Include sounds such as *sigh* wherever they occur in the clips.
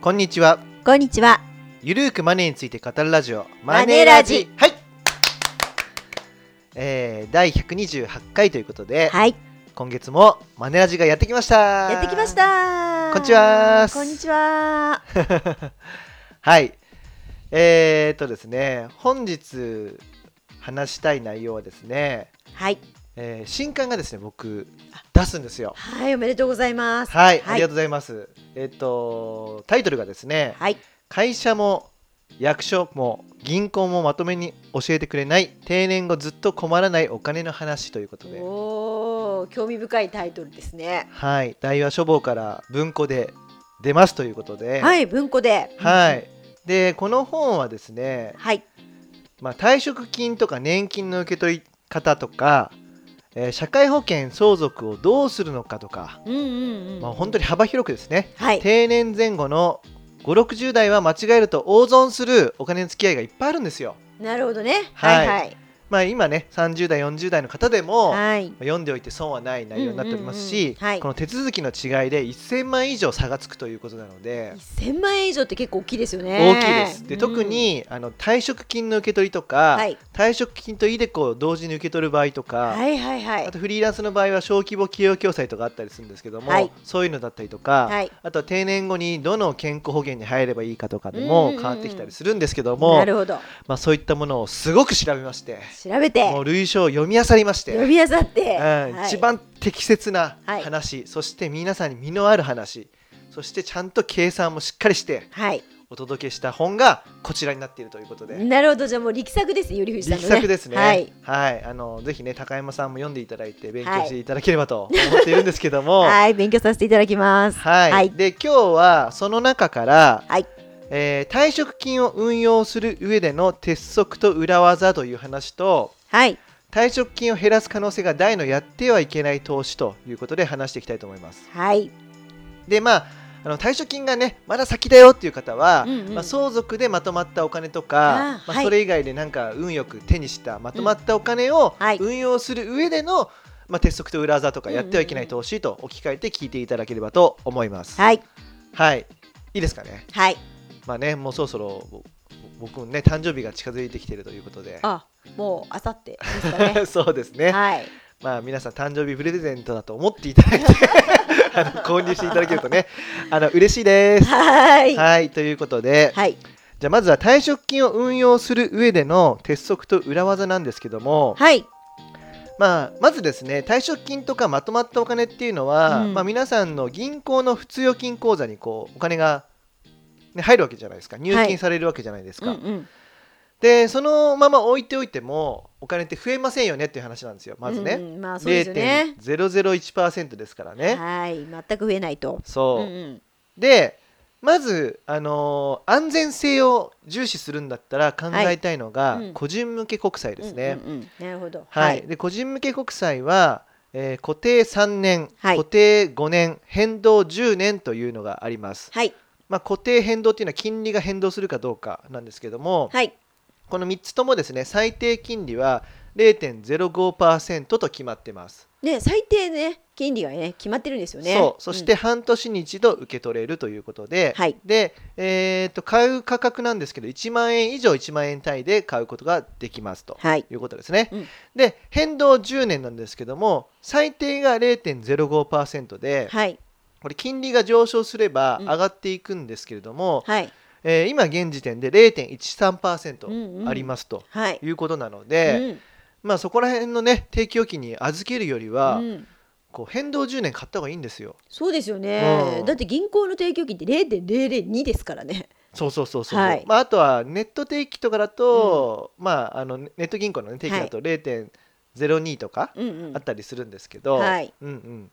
こんにちはこんにちは。ゆるーくマネーについて語るラジオマネラジはいえー、第128回ということで、はい。今月もマネラジがやってきましたやってきました。こんにちはこんにちは。 *laughs* はいえー、っとですね本日話したい内容はですね、はい。えー、新刊がですね僕出すんですよはい、おめでとうございます。はい、あはりいがとう。ございますえーっとタイトルがですねはい。会社も役所も銀行もまとめに教えてくれない定年後ずっと困らないお金の話ということで、おお、興味深いタイトルですね。はい、大和書房から文庫で出ますということで、はい、文庫で。はいでこの本はですね、はい。まあ、退職金とか年金の受け取り方とか、えー社会保険相続をどうするのかとか、うんうんうん。まあ、本当に幅広くですねはい。定年前後の560代は間違えると大損するお金の付き合いがいっぱいあるんですよ。なるほどね。ははいいはい。まあ、今ね30代40代の方でも、はい。読んでおいて損はない内容になっておりますうんうんうしん、はいこの手続きの違いで1000万以上差がつくということなので1000万円以上って結構大きいですよね。大きいです。でうん特、にあの退職金の受け取りとか、はい、退職金とイデコを同時に受け取る場合とか、はいはいはいあとフリーランスの場合は小規模企業共済とかあったりするんですけども、はいそういうのだったりとか、はいあとは定年後にどの健康保険に入ればいいかとかでもうんうんうん変わってきたりするんですけども、なるほどまあ、そういったものをすごく調べまして調べてもう類書を読み漁りまして。呼び漁って、うんはい一番適切な話、そして皆さんに身のある話そしてちゃんと計算もしっかりしてはいお届けした本がこちらになっているということでなるほどじゃあもう力作ですよりふじさんの力ね作ですねはいはいあのぜひね高山さんも読んでいただいて勉強していただければと思っているんですけどもはい、 *laughs* はい、勉強させていただきます。はい。で今日はその中から、はいえー退職金を運用する上での鉄則と裏技という話とはい。退職金を減らす可能性が大のやってはいけない投資ということで話していきたいと思います。はい。でまああの退職金がねまだ先だよっていう方は、うんうんまあ、相続でまとまったお金とかあーまあ、はいそれ以外でなんか運よく手にしたまとまったお金をはい運用する上での、まあ、鉄則と裏技とかやってはいけない投資と置き換えて聞いていただければと思います。はい。はい、いいですかね。はい。まあねもうそろそろぼ僕ね誕生日が近づいてきているということで。 *laughs* あ、もうあさってですかね。そうです *laughs* ね、はい。まあ皆さん誕生日プレゼントだと思っていただいて *laughs* あの購入していただけるとねあの嬉しいです。はい。はい。はい、ということで、はい。じゃあまずは退職金を運用する上での鉄則と裏技なんですけども、はい。まあ、まずですね退職金とかまとまったお金っていうのは、うんまあ、皆さんの銀行の普通預金口座にこうお金が、ね、入るわけじゃないですか入金されるわけじゃないですうか、んうん。でそのまま置いておいてもお金って増えませんよねっていう話なんですよまずね,、うんうんまあそうですよね。 0.001%ですからね、はい。全く増えないと。うそう、んうん。でまず、あのー安全性を重視するんだったら考えたいのが、はいうん個人向け国債ですね。うんうんうん。なるほど。はい、。で個人向け国債は、えー固定3年、はい固定5年変動10年というのがあります、はい。まあ、固定変動というのは金利が変動するかどうかなんですけども、はい。この3つともですね最低金利は0.05%と決まってます、ね、最低ね、金利がね、決まってるんですよね。そうそしんて半年に一度受け取れるということで、はい。で、えー、と買う価格なんですけど1万円以上1万円単位で買うことができますとはい。いうことですね、うんで変動10年なんですけども最低が0.05%で、はい。これ金利が上昇すればうん上がっていくんですけれども、はい。えー今現時点で0.13%うんうんありますとはい。いうことなので、うんまあ、そこら辺のね定期預金に預けるよりは、うんこう変動10年買った方がいいんですよ。そうですよね、うんだって銀行の提供金って0.002ですからね。そうそうそうそう、はいまあ、あとはネット定期とかだと、まあ、あのネット銀行の、ね、定期だと0.02とかうんうんあったりするんですけど、はいうんうん、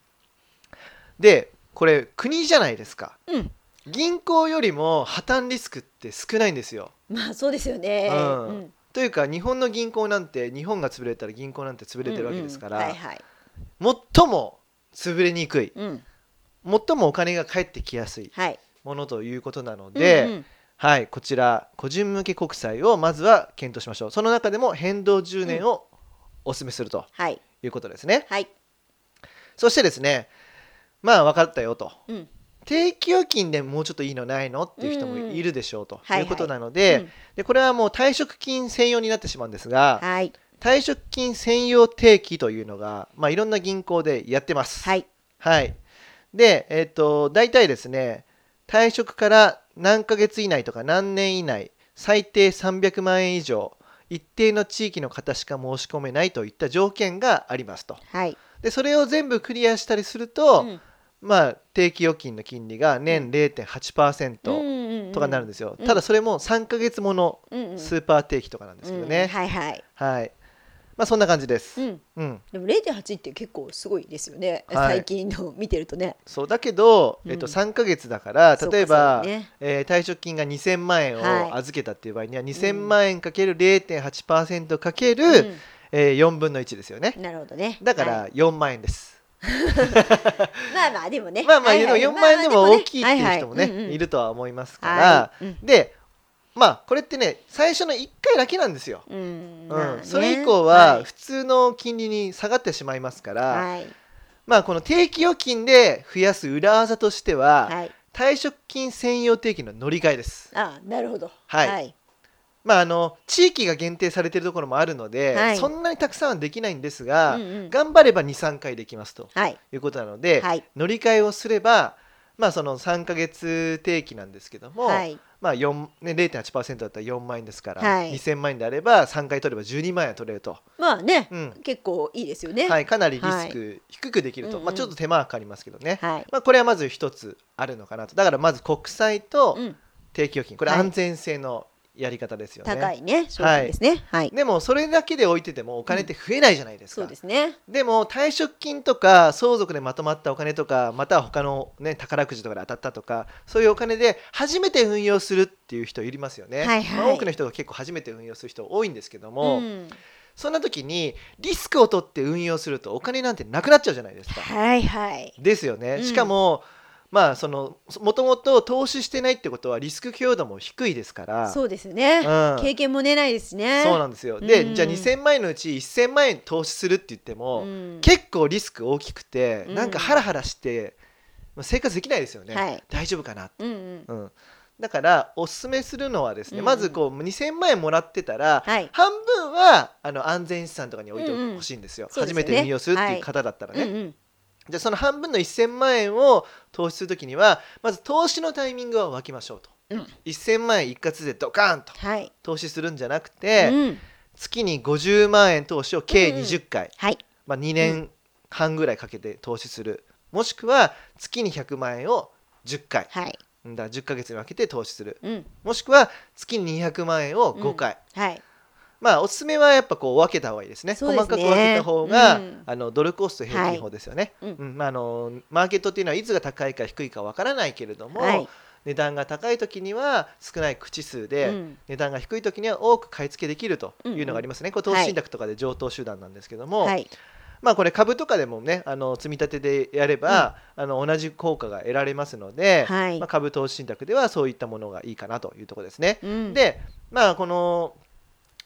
でこれ国じゃないですかうん、銀行よりも破綻リスクって少ないんですよ。まあそうですよね。うんうんというか日本の銀行なんて日本が潰れたら銀行なんて潰れてるわけですから、うんうんはいはい。最も潰れにくいうん、最もお金が返ってきやすいはい。ものということなので。うんうんはい、こちら個人向け国債をまずは検討しましょう。その中でも変動10年をお勧めするとはいいうことですね。はい。そしてですね、まあ分かったよと。うん定期預金でもうちょっといいのないのっていう人もいるでしょうと、うんはいいはいうことなので,、うんでこれはもう退職金専用になってしまうんですが、はい退職金専用定期というのが、まあ、いろんな銀行でやってます。はいはい、で、えっと大体ですね退職から何ヶ月以内とか何年以内最低300万円以上一定の地域の方しか申し込めないといった条件がありますとはい、でそれを全部クリアしたりすると、うんまあ、定期預金の金利が年うん0.8%うんうんとかになるんですよ、うんただそれも3ヶ月ものうんうんスーパー定期とかなんですけどね、うんはいはい、はいまあそんな感じです、うん、うん、でも0.8って結構すごいですよね、はい最近の見てるとねそうだけど、えっと、うん3ヶ月だから例えば、そうかそうねえー退職金が2000万円はいを預けたっていう場合には、2000万円かける0.8%かける、えー4分の1ですよねうんなるほどねだかはら4万円です、いまあまあでもねまあまあ、はいはいでも4万円でも大きいっていう人もね,、はいいはいうんうんるとは思いますから、はいうんでまあこれってね最初の1回だけなんですよ、うんうんまあねそれ以降は普通の金利に下がってしまいますから、はいまあこの定期預金で増やす裏技としては、はい退職金専用定期の乗り換えです。あなるほどはいはいまああの地域が限定されているところもあるので、はいそんなにたくさんはできないんですが、うんうん頑張れば23回できますとはいいうことなので、はい乗り換えをすれば、まあ、その3ヶ月定期なんですけども、はいまあ4ね、0.8%だったら4万円ですから、はい2000万円であれば3回取れば12万円取れると、まあねうん結構いいですよねはいい、かなりリスク低くできると、うんうんまあ、ちょっと手間はかかりますけどね、はいまあ、これはまず一つあるのかなとだからまず国債と、うん定期預金これはい安全性のやり方ですよね、高いね商品ですねはいでもそれだけで置いててもお金って増えないじゃないですか、そうですねでも退職金とか相続でまとまったお金とかまたは他の、ね、宝くじとかで当たったとかそういうお金で初めて運用するっていう人いますよね、はいはいまあ多くの人が結構初めて運用する人多いんですけども、うんそんな時にリスクを取って運用するとお金なんてなくなっちゃうじゃないですか、はいはいですようねんしかも、まあそのもともと投資してないってことはリスク強度も低いですからそうですねうん経験もねないですねそうなんですよ。で、うんじゃあ2000万円のうち1000万円投資するって言っても、うん結構リスク大きくて、うんなんかハラハラして、まあ、生活できないですよね、はい大丈夫かな、うんうんうん、だからおすすめするのはですね、うんまずこう2000万円もらってたら、はい半分はあの安全資産とかに置いてうんうんほしいんですよ、そうです初よねめて運用するっていう方だったらね、うんうんじゃあその半分の1000万円を投資するときにはまず投資のタイミングは分けましょうとうん1000万円一括でドカーンとはい投資するんじゃなくて、うん月に50万円投資を計うんうん20回、はいまあ、2年半ぐらいかけて投資するもしくは月に100万円を10回はいうんだから10ヶ月に分けて投資するうんもしくは月に200万円を5回、はいまあおすすめはやっぱこう分けた方がいいですねそうですね細かく分けた方が、うんあのドルコスト平均法ですよね、はいうんまあ、あのマーケットっていうのはいつが高いか低いか分からないけれども、はい値段が高い時には少ない口数で、うん値段が低い時には多く買い付けできるというのがありますね、これ投資信託とかで上等手段なんですけども、はいまあ、これ株とかでもねあの積み立てでやれば、あの同じ効果が得られますので、はいまあ、株投資信託ではそういったものがいいかなというところですね。うんで、まあ、この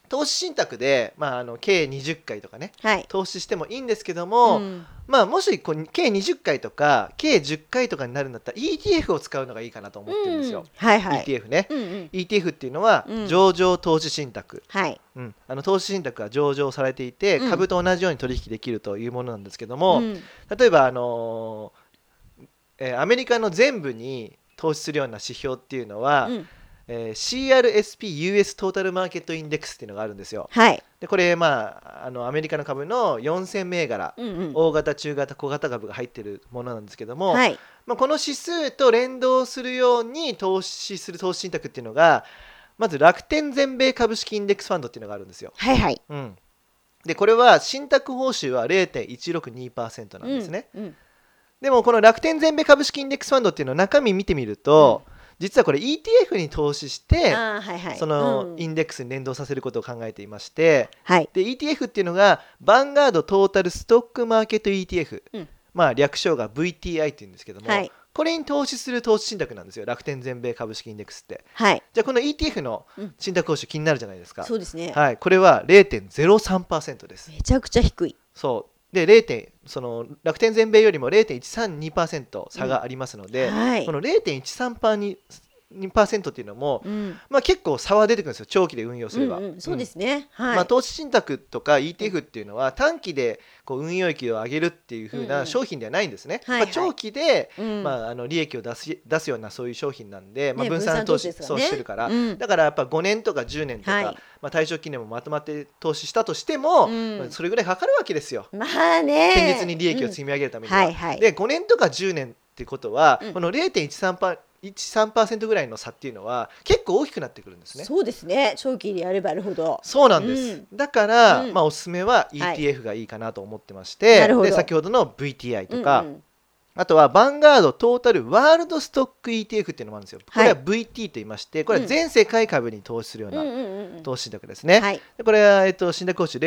投資信託で、まあ、あの計20回とかねはい投資してもいいんですけども、うんまあ、もしこう計20回とか計10回とかになるんだったら ETF を使うのがいいかなと思ってるんですよ。うんはいはい ETF ね、うんうん ETF っていうのはうん上場投資信託、はいうんあの投資信託が上場されていて、うん株と同じように取引できるというものなんですけども、うん例えば、あのーえーアメリカの全部に投資するような指標っていうのは、うんえー CRSPUS トータルマーケットインデックスっていうのがあるんですよ。はいでこれ、まあ、あのアメリカの株の4000銘柄、うんうん大型、中型、小型株が入ってるものなんですけども、はいまあ、この指数と連動するように投資する投資信託っていうのがまず楽天全米株式インデックスファンドっていうのがあるんですよ。はいはいうん、でこれは信託報酬は0.162%なんですね、うんうんでもこの楽天全米株式インデックスファンドっていうの中身見てみると、実はこれ ETF に投資してあーはいはいそのインデックスに連動させることを考えていまして、はいで ETF っていうのがバンガードトータルストックマーケット ETF、うんまあ略称が VTI っていうんですけども、はいこれに投資する投資信託なんですよ楽天全米株式インデックスってはいじゃあこの ETF のうん信託報酬気になるじゃないですか、そうですねはいこれは0.03%ですめちゃくちゃ低いそうで0点その楽天全米よりも0.132%差がありますので、はいこ。の0.132%っていうのも、うん。まあ、結構差は出てくるんですよ長期で運用すれば。うんうんそうですすね。はい。まあ、投資信託とか ETF っていうのは短期でこう運用益を上げるっていう風うんうなん商品ではないんですね、まはいはあ、い長期で、うんまあ、あの利益を出す出すようなそういう商品なんで、まあ、ね分散投資,、ですそらうねしてるから、うんだからやっぱ5年とか10年とか、はいまあ、対象期限もまとまって投資したとしても、うんまあそれぐらいかかるわけですよまあね。堅実に利益をみ積み上げるためには。はいはい。で5年とか10年ってことは、うんこの0.13%13%ぐらいの差っていうのは結構大きくなってくるんですね。そうですね。長期でやればやるほど。そうなんです、だから、うんまあ、おすすめはい ETF がいいかなと思ってまして、なるほどで先ほどの VTI とか、うんうんあとはバンガードトータルワールドストック ETF っていうのもあるんですよ。これは VT と言いましてこれは全世界株に投資するよううんなうんうんうん投資信託ですね。はい。でこれは、えっと、信託報酬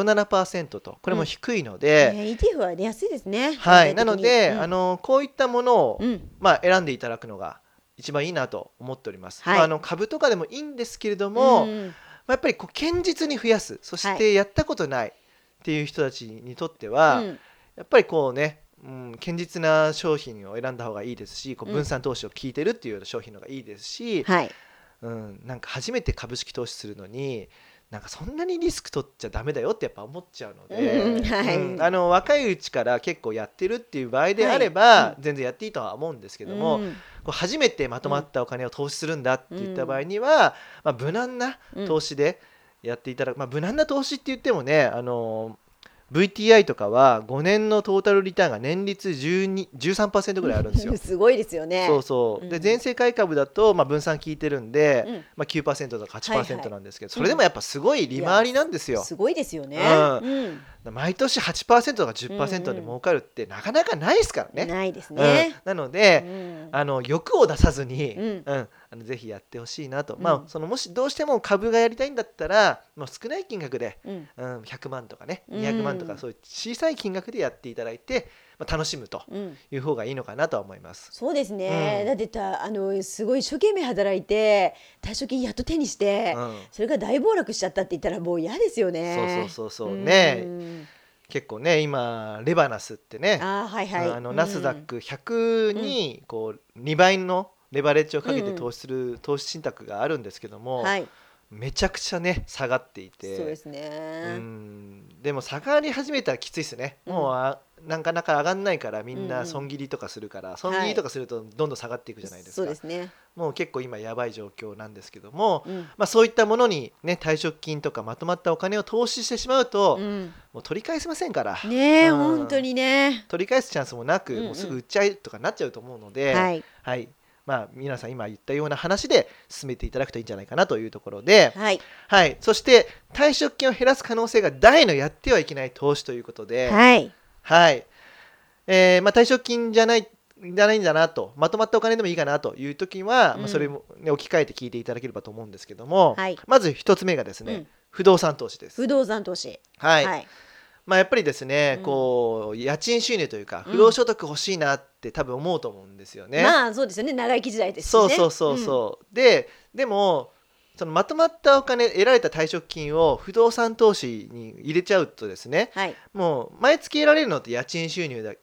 0.07%とこれも低いので、ね ETF は出やすいですね。はい、全体的になので、うんあのこういったものを、うんまあ、選んでいただくのが一番いいなと思っております、はいまあ、あの株とかでもいいんですけれども、うまんあ、やっぱりこう堅実に増やすそしはてやったことないっていう人たちにとっては、うんやっぱりこうね、うん、堅実な商品を選んだ方がいいですしこううん分散投資を効いてるっていうような商品の方がいいですし、はい。うん、なんか初めて株式投資するのになんかそんなにリスク取っちゃダメだよってやっぱ思っちゃうので、うんうんはいうんあの若いうちから結構やってるっていう場合であれば、はい全然やっていいとは思うんですけども、うこんう初めてまとまったお金を投資するんだって言った場合には、まあ、無難なうん。投資でやっていただく、まあ、無難な投資って言ってもねあの VTI とかは5年のトータルリターンが年率12 13%ぐらいあるんですよすごい *laughs* ですよね。そうそううでん全世界株だと、まあ、分散効いてるんで、うんまあ、9%とかはいは8%いなんですけど、それでもやっぱすごい利回りなんですよ。すごいですよね。ううん毎年8%とか10%で儲かるってなかなかないですからね。ないですうんね。なのうで、んあの欲を出さずに、ううんんあのぜひやってほしいなと、うんまあ、そのもしどうしても株がやりたいんだったら、まあ、少ない金額で、うんうん、100万とかねうん200万とかそういう小さい金額でやっていただいて、まあ、楽しむとうんいう方がいいのかなとは思います。そうですね、うんだってたあのすごい一生懸命働いて退職金やっと手にして、うんそれが大暴落しちゃったって言ったらもう嫌ですよそね。うそうそうそうねん結構ね今レバナスってねあーはいはい。あのナスダック100にこう2倍のレバレッジをかけて投資する投資信託があるんですけどうんも、はい。めちゃくちゃね下がっていてそうですね。うんでも下がり始めたらきついですね、うんもうあなかなか上がんないからみんうんうなん損切りとかするから、損切りとかするとどんどん下がっていくじゃないですか、そうですね。もう結構今やばい状況なんですけども、うん。まあ、そういったものにね退職金とかまとまったお金を投資してしまうと、うんもう取り返せませんから。ねえ、うん本当にね。取り返すチャンスもなく、うんうんもうすぐ売っちゃえとかなっちゃうと思うので、はいいまあ、皆さん今言ったような話で進めていただくといいんじゃないかなというところで、はいはい、そして退職金を減らす可能性が大のやってはいけない投資ということで、はいはい。えーまあ、退職金じゃないじゃないんだなとまとまったお金でもいいかなという時は、うんまあ、それも、ね、置き換えて聞いていただければと思うんですけども、はいまず一つ目がですね、うん不動産投資です。不動産投資。はいはい。まあ、やっぱりですね、うんこう家賃収入というかうん不労所得欲しいなって多分思うと思うんですよね。まあそうですよね。長生き時代ですしそね。うそうそうそう、ででもそのまとまったお金得られた退職金を不動産投資に入れちゃうとですねうん。はいもう毎月得られるのって家賃収入だ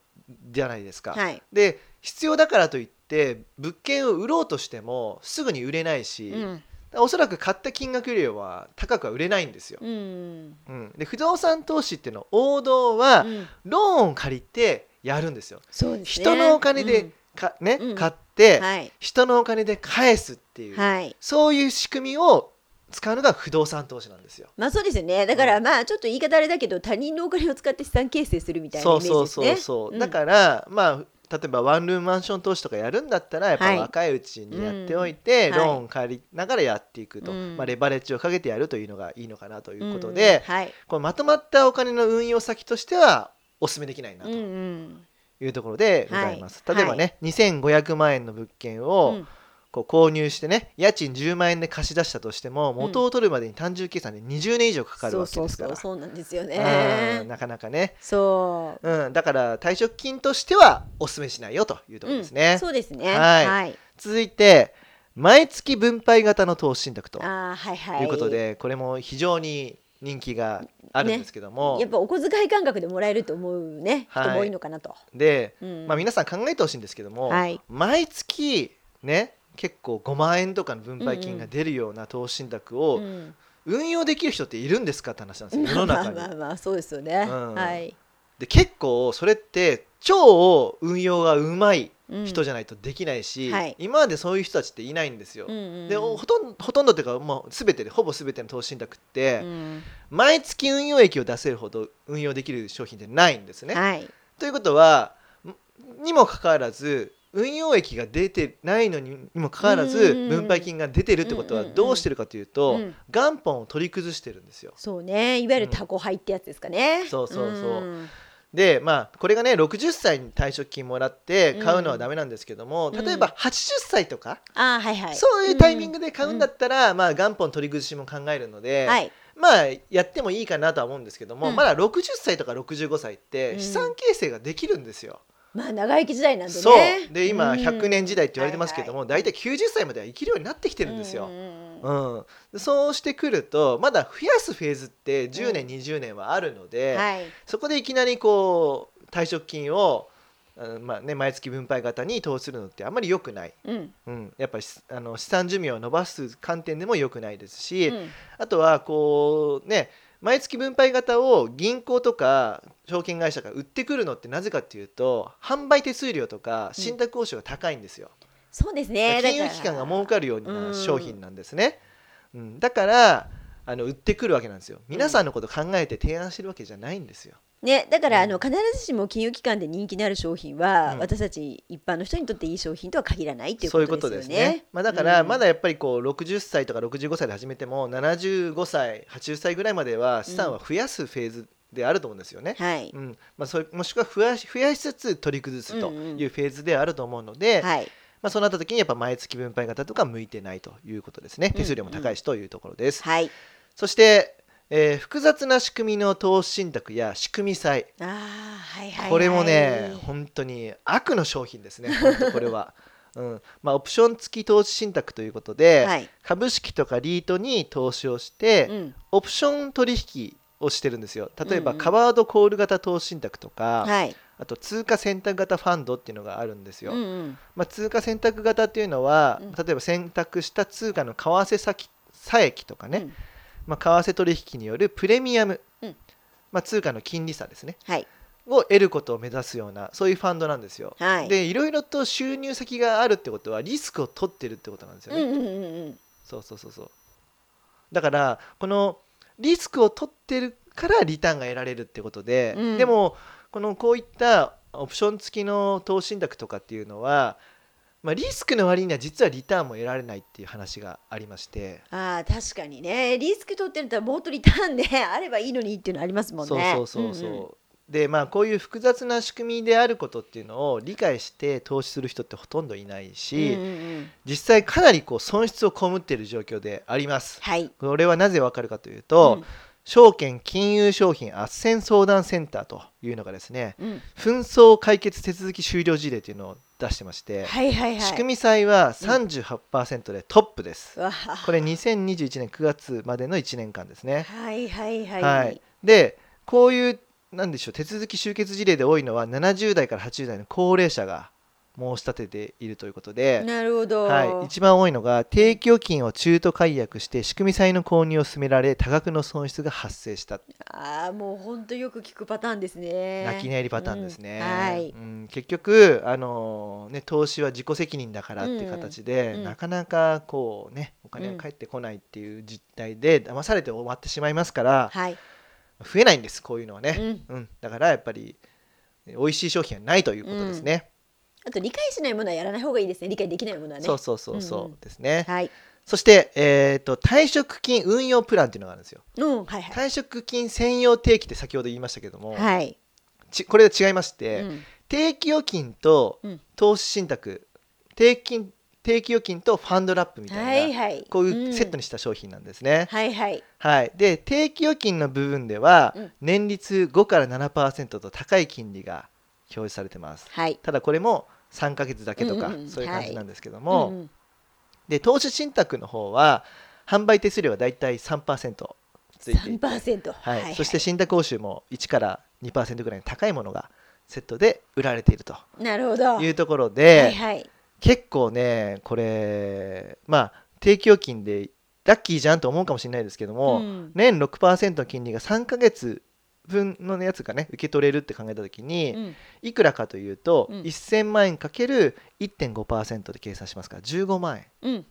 じゃないですか。はい。で必要だからといって物件を売ろうとしてもすぐに売れないし、うんおそらく買った金額よりは高くは売れないんですよ。うん。うん、で不動産投資っていうの王道は、うんローンを借りてやるんですよ。そうですね。人のお金でうんか、ねうん買って、はい人のお金で返すっていう、はい。そういう仕組みを使うのが不動産投資なんですよ。まあそうですよね。だからまあちょっと言い方あれだけど他人のお金を使って資産形成するみたいなそうイメージそうですそね。うそう、んだからまあ例えばワンルームマンション投資とかやるんだったらやっぱはい若いうちにやっておいて、うんローン借りながらやっていくと、うんまあ、レバレッジをかけてやるというのがいいのかなということで、うんはい。これまとまったお金の運用先としてはお勧めできないなうとんうん。いうところでございます。はい例えばね、2500万円の物件を、うんこう購入してね家賃10万円で貸し出したとしても元を取るまでに単純計算で20年以上かかるそうわけそでうすかそうらそうなんですようんね。なかなかね、そう。うん、だから退職金としてはお勧めしないよというところですね、うんそうですね。はいはい。続いて毎月分配型の投資信託とあーはいはい。いうことで、これも非常に人気があるんですけども、やっぱお小遣い感覚でもらえると思うね、はい人も多いのかなと。で、うんまあ、皆さん考えてほしいんですけども、はい毎月ね結構5万円とかの分配金が出るような投資信託うをん運用できる人っているんですかって話なんですよ世のまあ中にま。あまあそうですよね。うんはい。で結構それって超運用がうまいうん人じゃないとできないし、うんはい今までそういう人たちっていないんですよ。うんうんうんでおほとんどほとんどっていうかもう全てでほぼ全ての投資信託って、うん毎月運用益を出せるほど運用できる商品ってないんですね。はい。ということはんにもかかわらず運用益が出てないのににもかかわらずうんうんうん分配金が出てるってことはうんうんうんどうしてるかというと、うん元本を取り崩してるんですよ。そうね、いわゆるタコハイってやつですかね。んそうそうそうんでまあこれがね60歳に退職金もらって買うのうはんダメなんですけども、うん例えば80歳とか、あーはいはい。そういうタイミングで、で買うんだったら、まあ元本取り崩しも考えるので、はい。まあやってもいいかなとは思うんですけども、うんまだ60歳とか65歳ってうん資産形成ができるんですよ。まあ長生き時代なんでね。そうで今うん100年時代って言われてますけども、大体90歳までは生きるようになってきてるんですよ。ううんんうんうんでそうしてくるとまだ増やすフェーズって10年、うん20年はあるので、はい。そこでいきなりこう退職金をあのまあね、毎月分配型に投資するのってあんまり良くない、うん。うん、やっぱりあの資産寿命を伸ばす観点でも良くないですし、うんあとはこうね毎月分配型を銀行とか証券会社が売ってくるのってなぜかっていうと販売手数料とか信託報酬が高いんですよ、そうですね。金融機関が儲かかるよううなん商品なんですね、うんだからあの売ってくるわけなんですよ皆さんのこと考えて提案してるわけじゃないんですよ、ね、だから、うんあの必ずしも金融機関で人気のある商品うは、ん私たち一般の人にとっていい商品とは限らないっていうそういうここととでですすよねね。まあ、だからうんまだやっぱりこう60歳とか65歳で始めても75歳80歳ぐらいまでは資産は増やすフェーズであると思うんですよね、はい、うんまあ、それもしくは増やし増やしつつ取り崩すとうんうんいうフェーズではあると思うので、はい、まあ、そうなった時にやっぱ毎月分配型とか向いてないということですねん手数料も高いしというところです、はい、そして、えー複雑な仕組みの投資信託や仕組み債ああ、はい、はい、これもね、はい本当に悪の商品ですね本当これは、 *laughs* うんまあ、オプション付き投資信託ということで、はい、株式とかリートに投資をして、うん、オプション取引をしてるんですよ例えば、うんうんカバードコール型投資信託とか、はい、あと通貨選択型ファンドっていうのがあるんですよ。うんうん、まあ、通貨選択型っていうのは、うん例えば選択した通貨の為替先差益とかね、うんまあ、為替取引によるプレミアム、うんまあ、通貨の金利差ですねはい、を得ることを目指すようなそういうファンドなんですよ。はい、でいろいろと収入先があるってことはリスクを取ってるってことなんですようん、ね。うん、うん、うん、そうそうそうそうだからこのリスクを取ってるからリターンが得られるってことで、うんでもこのこういったオプション付きの投資信託とかっていうのは、まあ、リスクの割には実はリターンも得られないっていう話がありまして、ああ、確かにね、リスク取ってるんだったら、もっとリターンであればいいのにっていうのありますもんそうね。そうそうそう、んんでまあこういう複雑な仕組みであることっていうのを理解して投資する人ってほとんどいないし、うんうんうん実際かなりこう損失を被っている状況であります。はい、これはなぜわかるかというと、証券金融商品斡旋相談センターというのがですねうん、うん、紛争解決手続き終了事例というのを出してまして、はい、はい、はい、仕組み債は38%でトップです、わあこれ2021年9月までの1年間ですね、はい、はい、は、はいいでこういうなんでしょう手続き終結事例で多いのは70代から80代の高齢者が申し立てているということで、なるほど。はい、一番多いのが定期預金を中途解約して仕組み債の購入を勧められ多額の損失が発生したああもう本当よく聞くパターンですね。泣き寝入りパターンですね、うんはい。うん結局あのね投資は自己責任だからっていう形で、うんうんなかなかこうねお金が返ってこないっていう実態で騙されて終わってしまいますから、はい。増えないんですこういうのはうね、ん。うんだからやっぱり美味しい商品はないということですね、あと理解しないものはやらない方がいいですね。理解できないものはね。そうそうそうそううんうんですね、はい。そして、えー、と退職金運用プランっていうのがあるんですようんはいはい。退職金専用定期って先ほど言いましたけども、はい。ちこれ違いまして、うん定期預金とうん投資信託、定期定期預金とファンドラップみたいな、はいはい。こういうセットに。にした商品なんですね、はいはい。はいで定期預金の部分ではうん年率5から7%と高い金利が表示されてますはい。ただこれも3ヶ月だけとか、うんうんうんそういう感じなんですけども、んんで投資信託の方は販売手数料がだいたい3%ついていて、 3%はいはいそして信託報酬も1から2%ぐらいの高いものがセットで売られているとなるほどいうところで、はいはい結構ねこれまあ定期預金でラッキーじゃんと思うかもしれないですけども、うん年6%の金利が3ヶ月分のやつがね受け取れるって考えた時に、うんいくらかというと、うん1000万円かける1.5%で計算しますから15万円うん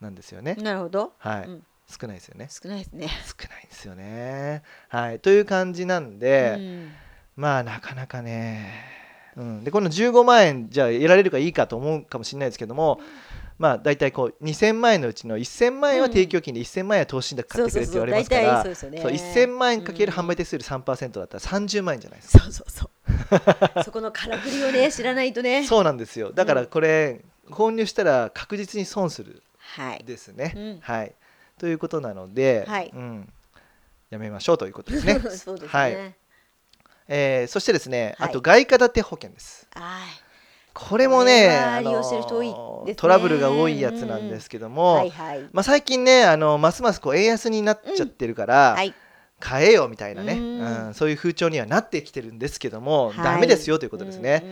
なんですよね。なるほどはい、うん少ないですよね。少ないですね少ないんですよね。はい、という感じなんで、うんまあなかなかね、うん、でこの15万円じゃあ得られるかいいかと思うかもしれないですけども、まあ大体こう2000万円のうちの1000万円は提供金で1000万円は投資信託買そっうてくそれうってそ言われますからう大体そうですよねそう1000万円かける販売手数料3%だったら30万円じゃないですか、そうそう *laughs* そう。そこのからくりをね知らないとね。そうなんですよだからこれ、購入したら確実に損するはい。ですね、うんはいということなので、はいうん、やめましょうということですね *laughs* そうですね。はいえーそしてですね、あはいと外貨建て保険ですはいこれもこねれはあの利用してる人多いですねトラブルが多いやつなんですけども、はいはい。まあ、最近ねあのますますこう円安になっちゃってるから、はい。買えよみたいなね、ううんんそういう風潮にはなってきてるんですけども、はいダメですよということですね。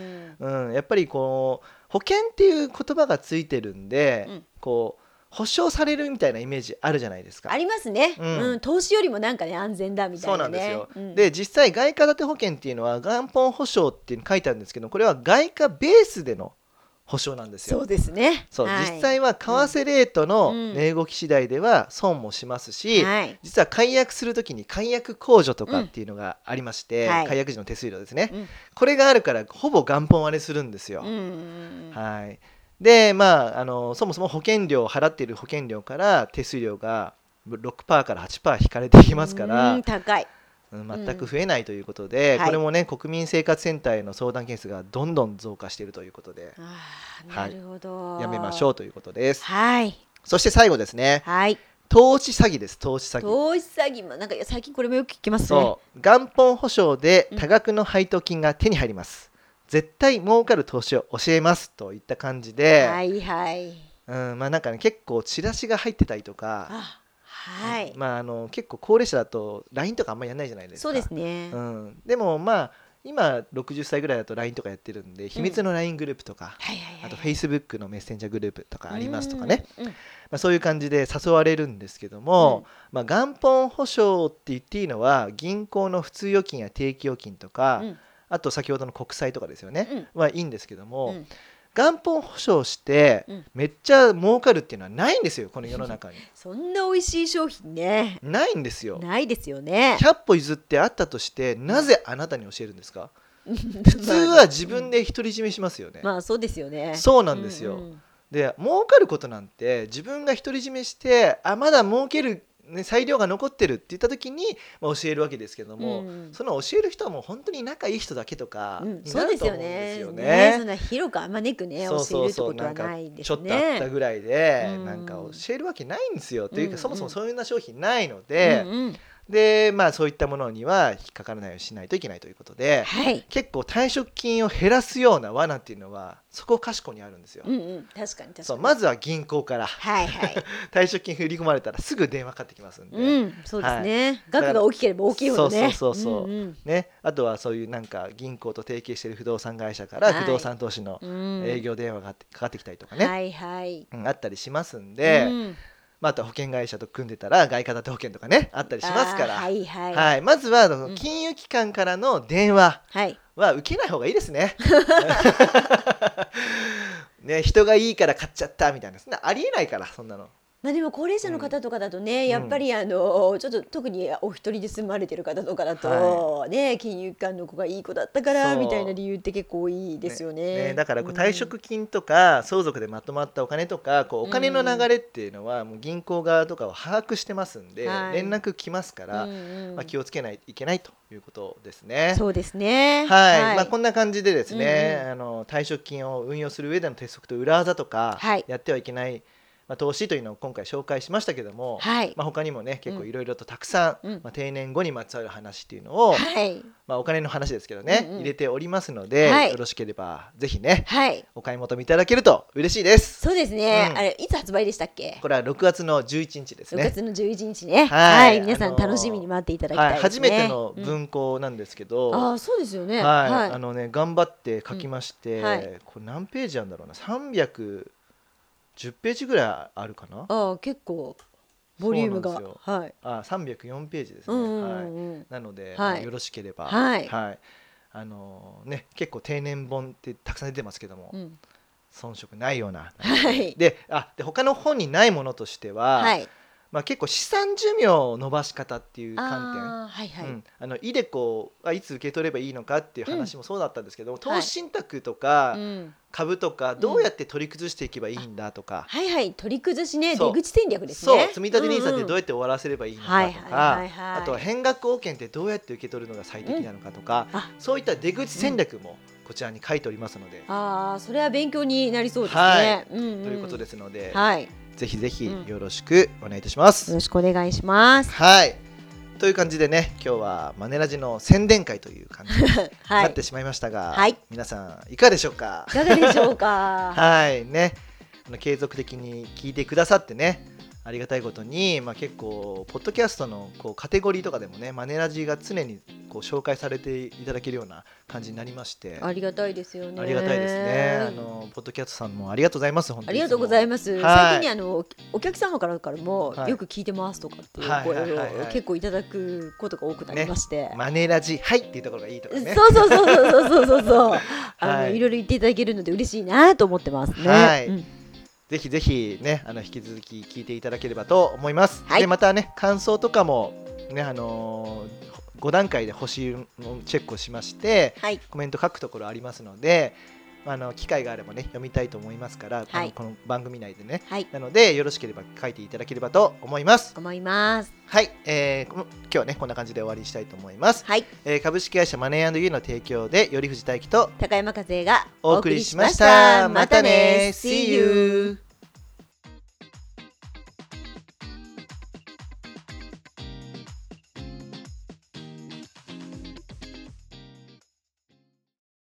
うんうんうん、やっぱりこう保険っていう言葉がついてるんで、うんこう保証されるみたいなイメージあるじゃないですか。ありますね。うんうん。投資よりもなんかね安全だみたそういななんですねよ、。で実際外貨建て保険っていうのは元本保証っていうの書いてあるんですけどこれは外貨ベースでの保証なんですよそうですね。そう、はい実際は為替レートのうん値動き次第では損もしますし、はい。実は解約するときに解約控除とかっていうのがありまして、うんはい解約時の手数料ですね、うんこれがあるからほぼ元本割れするんですよ、うんうんうん。はいでまああのそもそも保険料払っている保険料から手数料が6%から8%引かれていきますから、うん高い。うん全く増えないということで、はいこれもね国民生活センターへの相談件数がどんどん増加しているということでああなはいるほど。やめましょうということですはいそして最後ですねはい。投資詐欺です投資詐欺投資詐欺もなんかいや最近これもよく聞きますね。そう元本保証でうん多額の配当金が手に入ります、絶対儲かる投資を教えますといった感じで、はいはい。うんまあなんかね結構チラシが入ってたりとか、あはい。まああの結構高齢者だと LINE とかあんまりやんないじゃないですかそうですね。うん、でもまあ今60歳ぐらいだと LINE とかやってるんで秘密の LINE グループとか、はいはいはい、あと Facebook のメッセンジャーグループとかありますとかね、うん。うんまあ、そういう感じで誘われるんですけども、まあ、元本保証って言っていいのは銀行の普通預金や定期預金とか、うんあと先ほどの国債とかですよね、うんはいいんですけども、うん元本保証してうんめっちゃ儲かるっていうのはないんですよこの世の *laughs* 中にそんな美味しい商品ね。ないんですよないですよね。 100歩譲ってあったとしてなぜあなたに教えるんです *laughs* か普普通は自分で独り占めしますよね、まあそうですよね。そうなんですよ、うんうんで儲かることなんて自分が独り占めしてあまだ儲ける、ね、裁量が残ってるって言った時に、まあ、教えるわけですけども、うんその教える人はもう本当に仲いい人だけとかうんにそなうでるとす思ようんですよね。ねそねん。な広くあんまねくね、そう教そえうるってそうことなはんかないでちょすっとあったね。ぐらいで、うんなんか教えるわけないんですよ、といううんかそもそもそういうような商品ないので、うんうんでまあそういったものには引っかからないようにしないといけないということではい。結構退職金を減らすような罠っていうのはそこかしこにあるんですよ。うんうん確かに確かに。そうまずは銀行からはいはい。退職金振り込まれたらすぐ電話かかってきますんで、うんそうですね。だから額が大きければ大きいほどね。そうそうそうそうんんね、あとはそういうなんか銀行と提携している不動産会社かはらい不動産投資のうん営業電話がかかってかかってきたりとかね、はいはい。うんあったりしますんで、うんまあ、あとは保険会社と組んでたら外貨建て保険とかねあったりしますから、あーはいはい。はいまずはあうんの金融機関からの電話はい。は受けない方がいいです *laughs* ね。 *laughs* ね、人がいいから買っちゃったみたいなそんなありえないからそんなの。まあでも高齢者の方とかだとね、んやっぱりあのちょっと特にお一人で住まれてる方とかだと、ね金融機関の子がいい子だったからそうみたいな理由って結構多いですよね。だからこううん退職金とか相続でまとまったお金とかこうお金の流れっていうのはもう銀行側とかは把握してますんではい連絡来ますからうんうんまあ気をつけないといけないということですね。そうですね。はいまあ、こんな感じでですね、うんあの退職金を運用する上での鉄則と裏技とかはいやってはいけないまあ、投資というのを今回紹介しましたけども、はい。まあ、他にもね結構いろいろとたくさん、うんまあ、定年後にまつわる話っていうのを、はい。まあ、お金の話ですけどね、うんうん入れておりますので、はいよろしければぜひねはい。お買い求めいただけると嬉しいですそうですね。うんあれいつ発売でしたっけ？これは6月の11日です6ね月の11日ね。ははいい。皆さあんのー楽しみに待っていただきはたい、いです初ね。めてのうん。文庫なんですけど、ああそうですよね。はい、はいあ。のね頑張って書きまして、うんはいこれ何ページあるんだろうな310ページぐらいあるかなああ結構ボリュームがそうなんですはい。あ304ページですうね、んうはい、んうん。なので、はいまあよろしければはいあのね結構定年本ってたくさん出てますけども、うん。遜色ないようなはい。であで他の本にないものとしては、はい。まあ、結構資産寿命の伸ばし方っていう観点ああはいはい。うん、あのイデコがいつ受け取ればいいのかっていう話もそうだったんですけども、は投い資信託とかうん株とかどうやって取り崩していけばいいんだとか、はいはい取り崩しねそ出う口戦略ですそうね。積立 NISA ってどううやって終わらせればいいのはかいとはいはいはかあいとは変額保険ってどうやって受け取るのが最適なのかとか、うんあそういった出口戦略もこちらに書いておりますので、んうんああそれは勉強になりそうですはねい。とい。ということですすので、はい。よぜひぜひうんよろしくお願いいたします。ろしくお願いします。 *laughs* はいという感じでね今日はマネラジの宣伝会という感じに *laughs* はないっ。てしまいましたが、はい皆さんいかがでしょうかいかがでしょうか。 *laughs* はいねあの継続的に聞いてくださってねありがたいことに、まあ、結構ポッドキャストのこうカテゴリーとかでもねマネラジが常にこう紹介されていただけるような感じになりましてありがたいですよね。ありがたいですねあのポッドキャストさんもありがとうございます本当あにりがとうございます。はい最近ねあのお客様からからもはいよく聞いてますとかっていうはい声はいはいはいを結構いただくことが多くなりまして。マネラジはいっていうところがいいとかそうねそうそうそうそうそうそう。あはのいいろいろ言っていただけるので嬉しいなと思ってますね。はいうんぜひぜひね、あの引き続き聞いていただければと思います。はいで、またね、感想とかも、ね、あのー、5段階で星をチェックをしまして、はい。コメント書くところありますので、あの機会があればね、読みたいと思いますから、あのこの番組内でね。はい。なので、よろしければ書いていただければと思います。思います。はい、えーこ今日はね、こんな感じで終わりにしたいと思います。はい。えー株式会社マネーユーの提供で、より富士大輝と高山和恵がお送りしました。またね !See you!